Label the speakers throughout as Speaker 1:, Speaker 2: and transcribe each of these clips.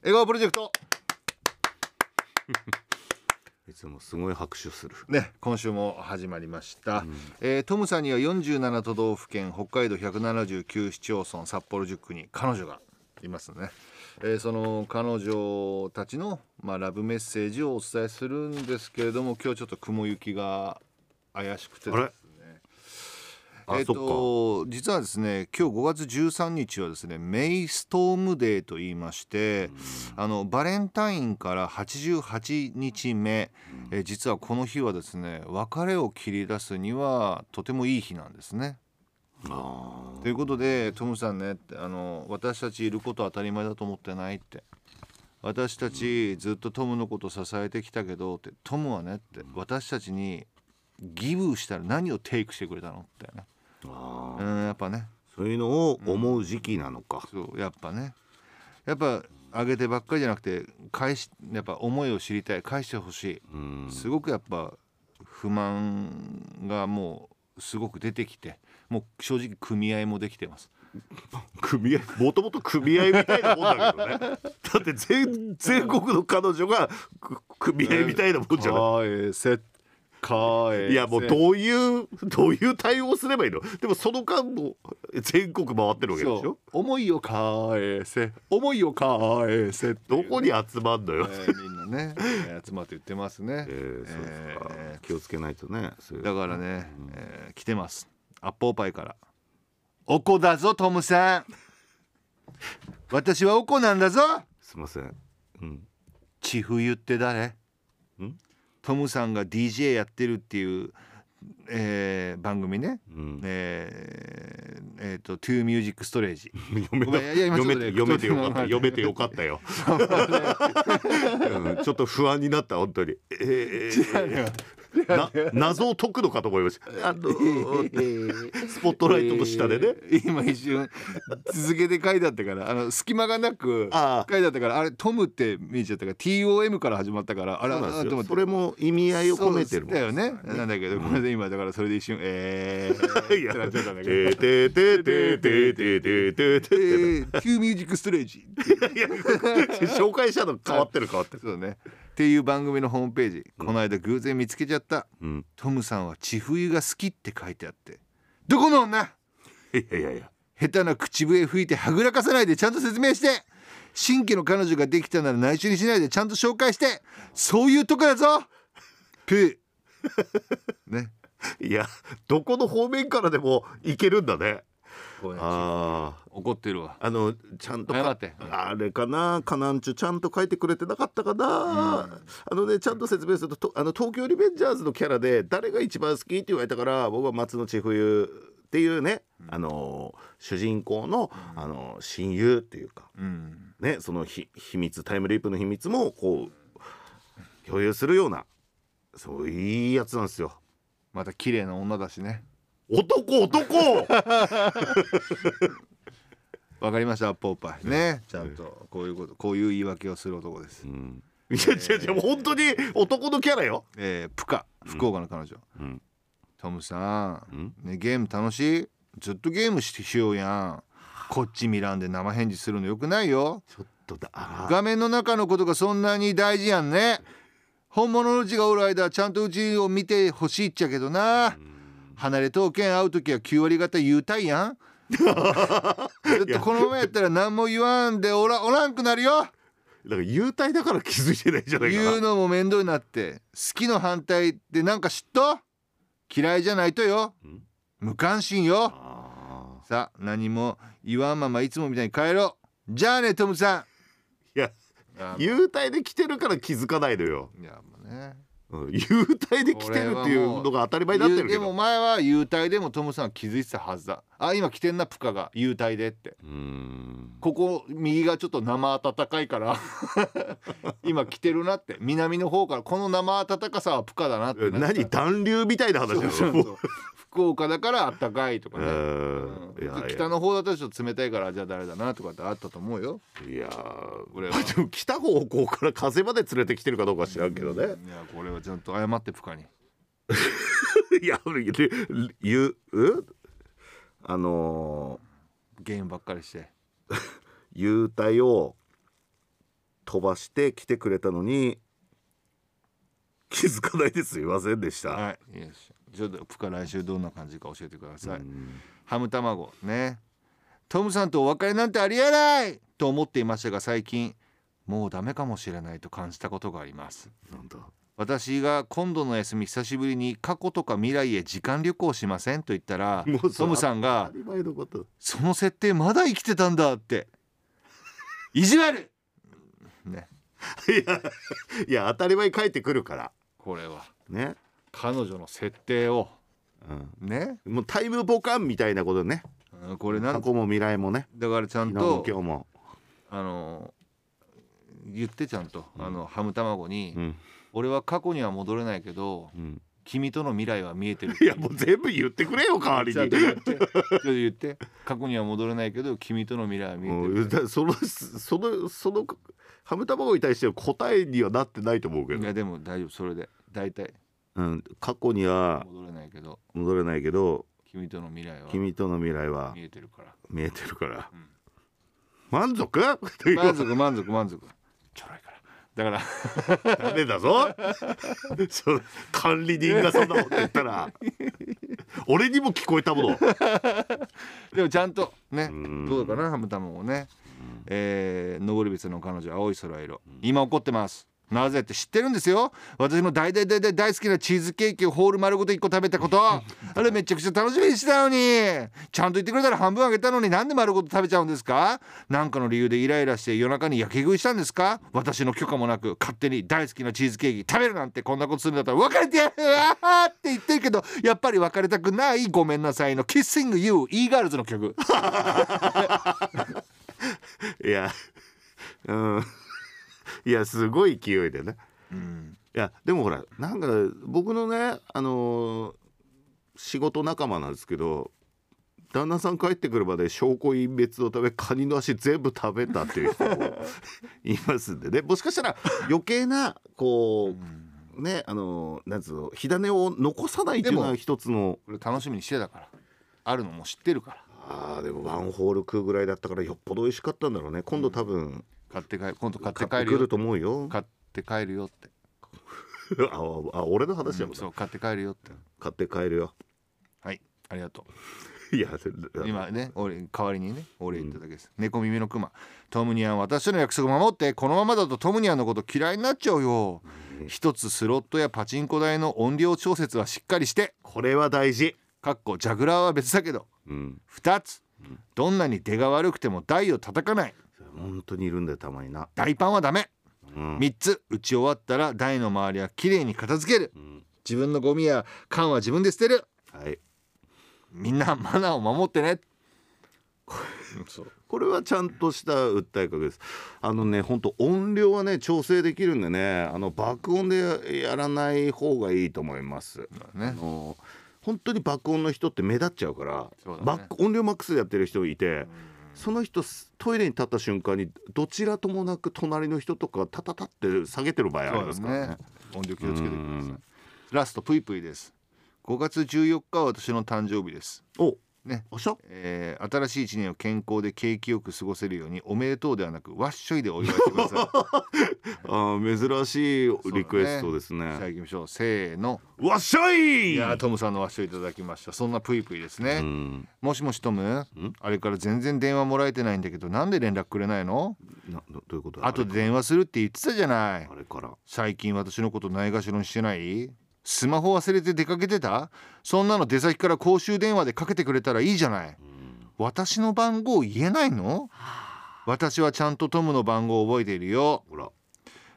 Speaker 1: 笑顔プロジェクト
Speaker 2: いつもすごい拍手する。
Speaker 1: ね、今週も始まりました、えートムさんには47都道府県北海道179市町村札幌10区に彼女がいますね、えーその彼女たちの、まあ、ラブメッセージをお伝えするんですけれども今日ちょっと雲行きが怪しくて
Speaker 2: あれあ、
Speaker 1: えっ
Speaker 2: そっ
Speaker 1: と実はですね今日5月13日はですねメイストームデーと言いまして、あのバレンタインから88日目、え実はこの日はですね別れを切り出すにはとてもいい日なんですね。
Speaker 2: か。あ
Speaker 1: ということでトムさんねってあの私たちいることは当たり前だと思ってないって私たちずっとトムのこと支えてきたけどってトムはねって私たちにギブしたら何をテイクしてくれたのってね。
Speaker 2: ーあー。
Speaker 1: うんやっぱね
Speaker 2: そういうのを思う時期なのか。
Speaker 1: そうやっぱねやっぱ上げてばっかりじゃなくて返しやっぱ思いを知りたい返してほし
Speaker 2: う
Speaker 1: い
Speaker 2: ん。
Speaker 1: すごくやっぱ不満がもうすごく出てきてもう正直組合もできてます
Speaker 2: 組合、もともと組合みたいなもんだけどね。 だって全、全国の彼女がく組合みたいなもんじゃない。
Speaker 1: 返せ返せ
Speaker 2: いやもう
Speaker 1: う
Speaker 2: どういうどういう対応すればいいのでもその間も全国回ってるわけでし
Speaker 1: そ
Speaker 2: ょ
Speaker 1: う思いを返せ思いを返せってい
Speaker 2: ど
Speaker 1: う
Speaker 2: こに集まんの
Speaker 1: え
Speaker 2: よ、
Speaker 1: ーみんな ねえー集まって言ってますね
Speaker 2: えーそうですか、
Speaker 1: えー
Speaker 2: 気をつけないとねそういう
Speaker 1: だからね、えー来てますアッポーパイから「おこだぞトムさん私はおこなんだぞ
Speaker 2: すいません、うん、
Speaker 1: ちふゆって誰
Speaker 2: ん
Speaker 1: トムさんが DJ やってるっていう、えー番組ね、
Speaker 2: うん
Speaker 1: えーえーと「トゥーミュージックストレージ
Speaker 2: 読め
Speaker 1: ごめんいやいや今
Speaker 2: 読め
Speaker 1: ち
Speaker 2: て
Speaker 1: ょ
Speaker 2: 読
Speaker 1: っと
Speaker 2: め
Speaker 1: ね
Speaker 2: てよかった
Speaker 1: ちょ
Speaker 2: 読めてよかったよ、うんちょっと不安になった本当にえーえーな謎を解くのかと思いましたあのースポットライトの下でね、
Speaker 1: えー今一瞬続けて書いてあったからあの隙間がなく
Speaker 2: あー
Speaker 1: 書いてあったからあれトムって見えちゃったから TOM から始まったからあれ
Speaker 2: そうなん
Speaker 1: あ
Speaker 2: です
Speaker 1: と思
Speaker 2: よ
Speaker 1: って
Speaker 2: それも意味合いを込めてるもん
Speaker 1: そうだよねなんだけどこれで今だからそれで一瞬えー
Speaker 2: い
Speaker 1: っ
Speaker 2: や、
Speaker 1: て
Speaker 2: て
Speaker 1: なっちゃったんだけど
Speaker 2: ーてーてーてーてーてーてーてーて
Speaker 1: え
Speaker 2: ー
Speaker 1: ー「キューミュージックストレージ」
Speaker 2: いや紹介したの変わってる変わってる。
Speaker 1: そうねっていう番組のホームページこの間偶然見つけちゃった
Speaker 2: うん、
Speaker 1: トムさんは「ちふゆが好き」って書いてあってどこの女
Speaker 2: いやいやいや。
Speaker 1: 下手な口笛吹いてはぐらかさないでちゃんと説明して新規の彼女ができたなら内緒にしないでちゃんと紹介してそういうとこだぞプーね
Speaker 2: いや、どこの方面からでもいけるんだね。
Speaker 1: ごめん
Speaker 2: あ
Speaker 1: 怒ってるわ
Speaker 2: あ、あの、ちゃんとか
Speaker 1: 謝って
Speaker 2: あれかな、カナンチュちゃんと書いてくれてなかったかな。あのね、ちゃんと説明すると、とあの東京リベンジャーズのキャラで、誰が一番好きって言われたから、僕は松野千冬。っていうね、あの主人公の、あの親友っていうか、
Speaker 1: うん
Speaker 2: ね、そのひ秘密タイムリープの秘密もこう共有するようなそういいやつなんですよ
Speaker 1: また綺麗な女だしね
Speaker 2: 男男
Speaker 1: わかりましたアッポーパイねちゃんとこういうことこういう言い訳をする男です、
Speaker 2: うんいや違う違う本当に男のキャラよ、
Speaker 1: えープカ福岡の彼女、
Speaker 2: うん、
Speaker 1: トムさん
Speaker 2: ん、
Speaker 1: ね、ゲーム楽しいずっとゲームしてしようやんこっち見らんで生返事するのよくないよ
Speaker 2: ちょっとだあ
Speaker 1: 画面の中のことがそんなに大事やんね本物のうちがおる間はちゃんとうちを見てほしいっちゃけどな離れとうけん会う時は9割方言うたいやん ずっとこのままやったら何も言わんでおらおらんくなるよ
Speaker 2: だから幽体だから気づいてないんじゃないかな
Speaker 1: 言うのも面倒になって好きの反対ってなんか嫉妬嫌いじゃないとよ
Speaker 2: ん
Speaker 1: 無関心よ
Speaker 2: あ
Speaker 1: さあ何も言わんままいつもみたいに帰ろうじゃあねトムさ
Speaker 2: ーいや
Speaker 1: んあ
Speaker 2: 幽体で来てるから気づかないのよ、
Speaker 1: いやもうね
Speaker 2: うん、幽体で来てるっていうのが当たり前になってるけ
Speaker 1: でも
Speaker 2: ど
Speaker 1: 前は優待でもトムさんは気づいてたはずだあ今来てんなプカが優待でって
Speaker 2: うん
Speaker 1: ここ右がちょっと生暖かいから 今来てるなって南の方からこの生暖かさはプカだなってな
Speaker 2: 何暖流みたいな話だ
Speaker 1: そう
Speaker 2: よ
Speaker 1: そう
Speaker 2: もう
Speaker 1: そう福岡だから暖かいとかね、
Speaker 2: うんいやいや
Speaker 1: 北の方だとちょっと冷たいからじゃあ誰だなとかってあったと思うよ
Speaker 2: いやー
Speaker 1: これは
Speaker 2: まあでも来た方向から風まで連れてきてるかどうかは知らんけどね。
Speaker 1: いやこれはちゃんと謝ってプカに
Speaker 2: いや、でゆ、うあの
Speaker 1: ゲームばっかりして
Speaker 2: ー、幽体を飛ばして来てくれたのに気づかないですいませんでした、
Speaker 1: はい、よしちょっとプカ来週どんな感じか教えてくださいハム卵ねトムさんとお別れなんてありえないと思っていましたが最近もうダメかもしれないと感じたことがあります
Speaker 2: なんだ
Speaker 1: 私が今度の休み久しぶりに過去とか未来へ時間旅行しませんと言ったら
Speaker 2: もうそ
Speaker 1: トムさん
Speaker 2: 当
Speaker 1: が
Speaker 2: たり前のこと
Speaker 1: その設定まだ生きてたんだって意地悪ね
Speaker 2: いやいや当たり前に帰ってくるから
Speaker 1: これは
Speaker 2: ね、
Speaker 1: 彼女の設定を
Speaker 2: う
Speaker 1: ね
Speaker 2: ん、もうタイムボカンみたいなことね
Speaker 1: うんこれな
Speaker 2: 過
Speaker 1: ん
Speaker 2: 去も未来もね
Speaker 1: だからちゃん
Speaker 2: 昨日も
Speaker 1: と
Speaker 2: 今日も、
Speaker 1: あの言ってちゃんと、あのハム卵に、
Speaker 2: うん
Speaker 1: 俺は過去には戻れないけど
Speaker 2: うん、
Speaker 1: 君との未来は見えてる」
Speaker 2: いやもう全部言ってくれよ代わり
Speaker 1: ちゃんと
Speaker 2: に
Speaker 1: 言ってちょっと言って過去には戻れないけど君との未来は見えてる、
Speaker 2: うんだそのそのそのハム卵に対しての答えにはなってないと思うけ
Speaker 1: い
Speaker 2: ど、
Speaker 1: やでも大丈夫それで大体
Speaker 2: うん、過去には
Speaker 1: 戻れないけど
Speaker 2: 戻れないけど
Speaker 1: 君との未来は
Speaker 2: 君との未来は
Speaker 1: 見えてるから
Speaker 2: 見えてるから、
Speaker 1: ん
Speaker 2: 満足っていう
Speaker 1: 満足満足満足ちょろいからだから
Speaker 2: ダメだぞそ管理人がそんなこと言った ら俺にも聞こえたもの
Speaker 1: でもちゃんとね
Speaker 2: うん
Speaker 1: どうかなハム卵をねえー、登別の彼女青い空色今怒ってますなぜって知ってるんですよ私の大大大大大好きなチーズケーキをホール丸ごと1個食べた ことあれめちゃくちゃ楽しみにしてたのにちゃんと言ってくれたら半分あげたのになんで丸ごと食べちゃうんですかなんかの理由でイライラして夜中にやけ食いしたんですか私の許可もなく勝手に大好きなチーズケーキ食べるなんてこんなことするんだったら別れてやるわーって言ってるけどやっぱり別れたくないごめんなさいの「Kissing You」e ガールズの曲
Speaker 2: いや、うん。いや、すごい勢いでね。いや、でもほら、なんか、僕のね、あのー仕事仲間なんですけど、旦那さん帰ってくるまで証拠隠滅のためカニの足全部食べたっていう人もいますんでねもしかしたら余計なこうねあのーなんつうの火種を残さないっていうの
Speaker 1: で
Speaker 2: は
Speaker 1: も
Speaker 2: 一つの
Speaker 1: これ楽しみにしてたからあるのも知ってるから
Speaker 2: あーでもワンホール食うぐらいだったからよっぽど美味しかったんだろうね今度多分
Speaker 1: 買って帰る今度買って
Speaker 2: 買って
Speaker 1: 帰
Speaker 2: く
Speaker 1: る
Speaker 2: る
Speaker 1: よ
Speaker 2: と思うよ
Speaker 1: 買って帰るよって
Speaker 2: ああ俺の話だもんな、
Speaker 1: そう買って帰るよって
Speaker 2: 買って帰るよ
Speaker 1: はいありがと
Speaker 2: いや
Speaker 1: う今ね俺代わりにね俺言っただけです、猫耳のクマトムニャン私との約束守ってこのままだとトムニャンのこと嫌いになっちゃうよ一つスロットやパチンコ台の音量調節はしっかりして
Speaker 2: これは大事、
Speaker 1: かっこジャグラーは別だけど
Speaker 2: うん、
Speaker 1: 2つどんなに出が悪くても台を叩かない
Speaker 2: 本当にいるんだよたまにな、
Speaker 1: 大パンはダメ
Speaker 2: うん、
Speaker 1: 3つ打ち終わったら台の周りはきれいに片付ける
Speaker 2: うん
Speaker 1: 自分のゴミや缶は自分で捨てる
Speaker 2: はい
Speaker 1: みんなマナーを守ってねそう
Speaker 2: これはちゃんとした訴えかけですあのね本当音量はね調整できるんでねあの爆音でやらない方がいいと思いますあ
Speaker 1: ね
Speaker 2: の本当に爆音の人って目立っちゃうから
Speaker 1: そうだね
Speaker 2: バック音量マックスでやってる人いてその人すトイレに立った瞬間にどちらともなく隣の人とかタタタって下げてる場合ありますからね。
Speaker 1: 音量気をつけてくだ
Speaker 2: う
Speaker 1: さい
Speaker 2: ん
Speaker 1: ラストぷいぷいです5月14日は私の誕生日です
Speaker 2: お
Speaker 1: ね
Speaker 2: おっしゃ
Speaker 1: えー新しい一年を健康で景気よく過ごせるようにおめでとうではなくわっしょいでお祝いしてく ださ
Speaker 2: あー珍しいリクエストです
Speaker 1: いじゃあ
Speaker 2: ね。
Speaker 1: 行きましょうせーの
Speaker 2: わっしゃい
Speaker 1: いやートムさんのわっしょいいただきましたそんなぷいぷいですね、
Speaker 2: うん
Speaker 1: もしもしトムあれから全然電話もらえてないんだけどなんで連絡くれないの
Speaker 2: などどういうこと
Speaker 1: 後で電話するって言ってたじゃない
Speaker 2: あれから
Speaker 1: 最近私のことないがしろにしてないスマホ忘れて出かけてたそんなの出先から公衆電話でかけてくれたらいいじゃない私の番号言えないの私はちゃんとトムの番号を覚えているよ
Speaker 2: ほら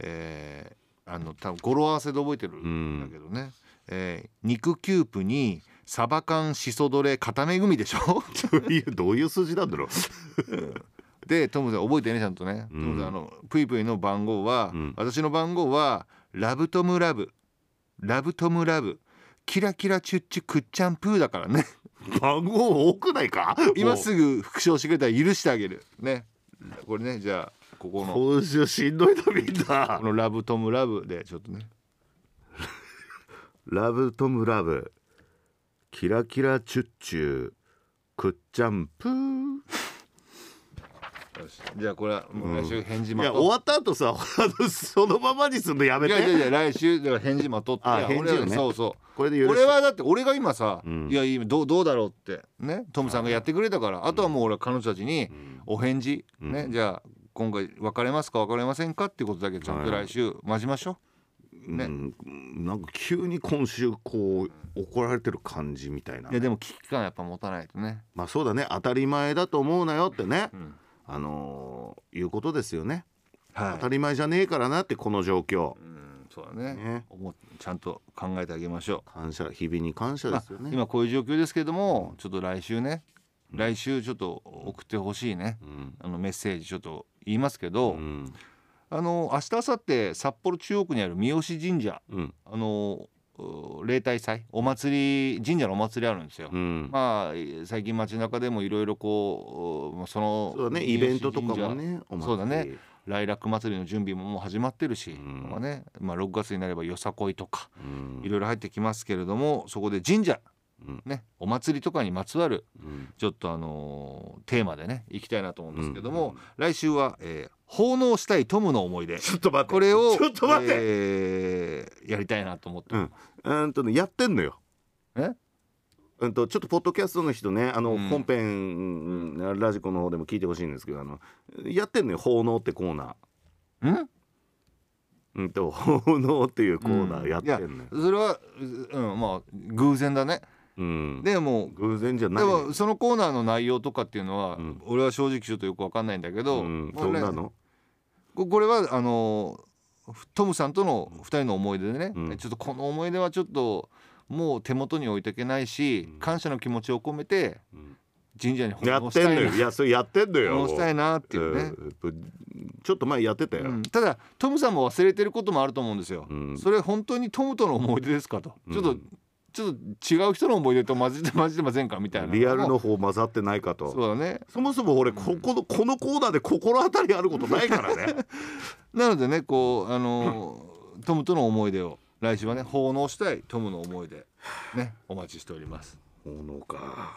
Speaker 1: えーあの多分語呂合わせで覚えてるんだけどね、えー肉キュープにサバ缶シソドレ固め組でしょ
Speaker 2: どういうどういう数字なんだろう。
Speaker 1: でトムさん覚えてねちゃんとね、トムさんあのプイプイの番号は、
Speaker 2: うん
Speaker 1: 私の番号はラブトムラブラブトムラブキラキラチュッチュクッチャンプーだからね
Speaker 2: 番号多くないか。
Speaker 1: 今すぐ復唱してくれたら許してあげるねこれねじゃあここ
Speaker 2: も
Speaker 1: の
Speaker 2: う今週しんどいなみんな
Speaker 1: こ。のラブトムラブでちょっとね
Speaker 2: ラブトムラブキラキラチュッチュクッチャンプー
Speaker 1: よしじゃあこれはもう来週返事
Speaker 2: い
Speaker 1: 待
Speaker 2: や
Speaker 1: とう
Speaker 2: 終わった後さ あのそのままにするのやめ
Speaker 1: い
Speaker 2: て
Speaker 1: やいやいや来週だから返事待とって
Speaker 2: あ
Speaker 1: いや
Speaker 2: 返事をね
Speaker 1: 俺はそうそう
Speaker 2: これで許す
Speaker 1: 俺はだって俺が今さ、
Speaker 2: うん
Speaker 1: いや今どうどうだろうってねトムさんがやってくれたから、あとはもう俺は彼女たちに
Speaker 2: ん
Speaker 1: お返事、
Speaker 2: うん
Speaker 1: ねじゃあ今回別れますか別れませんかってことだけちゃんと
Speaker 2: はい
Speaker 1: 来週待ちましょね
Speaker 2: うん、なんか急に今週こう怒られてる感じみたいな
Speaker 1: う、いやでも危機感やっぱ持たないとね、
Speaker 2: まあそうだね当たり前だと思うなよってね、
Speaker 1: うん
Speaker 2: あのーいうことですよね、
Speaker 1: はい
Speaker 2: 当たり前じゃねえからなってこの状況
Speaker 1: うんそうだね
Speaker 2: ね
Speaker 1: 思っちゃんと考えてあげましょ
Speaker 2: 感謝日々に感謝
Speaker 1: う、
Speaker 2: ですよ
Speaker 1: まあ
Speaker 2: ね、
Speaker 1: 今こういう状況ですけれどもちょっと来週ね来週ちょっと送ってほしいね
Speaker 2: うん
Speaker 1: あのメッセージちょっと言いますけど、
Speaker 2: うん
Speaker 1: あの明日明後日札幌中央区にある三好神社
Speaker 2: うん
Speaker 1: あのう例大祭お祭り神社のお祭りあるんですよ。
Speaker 2: うん
Speaker 1: まあえ最近街中でもいろいろこううまあその
Speaker 2: そうだ
Speaker 1: 三
Speaker 2: ね
Speaker 1: 好
Speaker 2: イベントとかも
Speaker 1: 神社
Speaker 2: ねお祭り
Speaker 1: そうだね来楽祭りの準備ももう始まってるし、
Speaker 2: うん
Speaker 1: まあねまあ、6月になればよさこいとか
Speaker 2: うん
Speaker 1: いろいろ入ってきますけれどもそこで神社、
Speaker 2: うん
Speaker 1: ね、お祭りとかにまつわる
Speaker 2: うん
Speaker 1: ちょっとあのーテーマでね行きたいなと思うんですけども、
Speaker 2: うん
Speaker 1: 来週は、えー奉納したいトムの思い出」
Speaker 2: ちょっと待って
Speaker 1: これを
Speaker 2: ちょっと待って、
Speaker 1: えーやりたいなと思って、
Speaker 2: うんうーんとねやってんのよ
Speaker 1: え
Speaker 2: うんとちょっとポッドキャストの人ねあ
Speaker 1: う
Speaker 2: の、
Speaker 1: ん
Speaker 2: 本編うんラジコの方でも聞いてほしいんですけどあのやってんのよ「奉納」ってコーナ
Speaker 1: うん
Speaker 2: ーうんと「奉納」っていうコーナーやってんのよ、
Speaker 1: それは、ううん、まあ偶然だね
Speaker 2: うん
Speaker 1: でも
Speaker 2: 偶然じゃな
Speaker 1: で
Speaker 2: い
Speaker 1: もそのコーナーの内容とかっていうのは、
Speaker 2: うん
Speaker 1: 俺は正直ちょっとよくわかんないんだけど、
Speaker 2: うん、
Speaker 1: まあ
Speaker 2: そ
Speaker 1: ね
Speaker 2: んなの
Speaker 1: ここれはあのトムさんとの2人の思い出でね、
Speaker 2: うん
Speaker 1: ちょっとこの思い出はちょっともう手元に置いていけないし、
Speaker 2: うん
Speaker 1: 感謝の気持ちを込めて
Speaker 2: うん
Speaker 1: 神社に奉
Speaker 2: や
Speaker 1: 納
Speaker 2: っ
Speaker 1: してた
Speaker 2: ん
Speaker 1: い
Speaker 2: のよ
Speaker 1: ない
Speaker 2: やそれやってんの
Speaker 1: 奉
Speaker 2: よ
Speaker 1: 納したいなっていうね、
Speaker 2: うんちょっと前やってたよ、
Speaker 1: うんただトムさんも忘れてることもあると思うんですよ、
Speaker 2: うん
Speaker 1: それ本当にトムとの思い出ですかと、
Speaker 2: うん
Speaker 1: ちょっとちょっと違う人の思い出と混じって混じってませんかみたいな
Speaker 2: リアルの方混ざってないかと
Speaker 1: そうだね
Speaker 2: そもそも俺ここのこのコーナーで心当たりあることないからね
Speaker 1: なのでねこうあのートムとの思い出を来週はね奉納したいトムの思い出ねお待ちしております
Speaker 2: 奉納か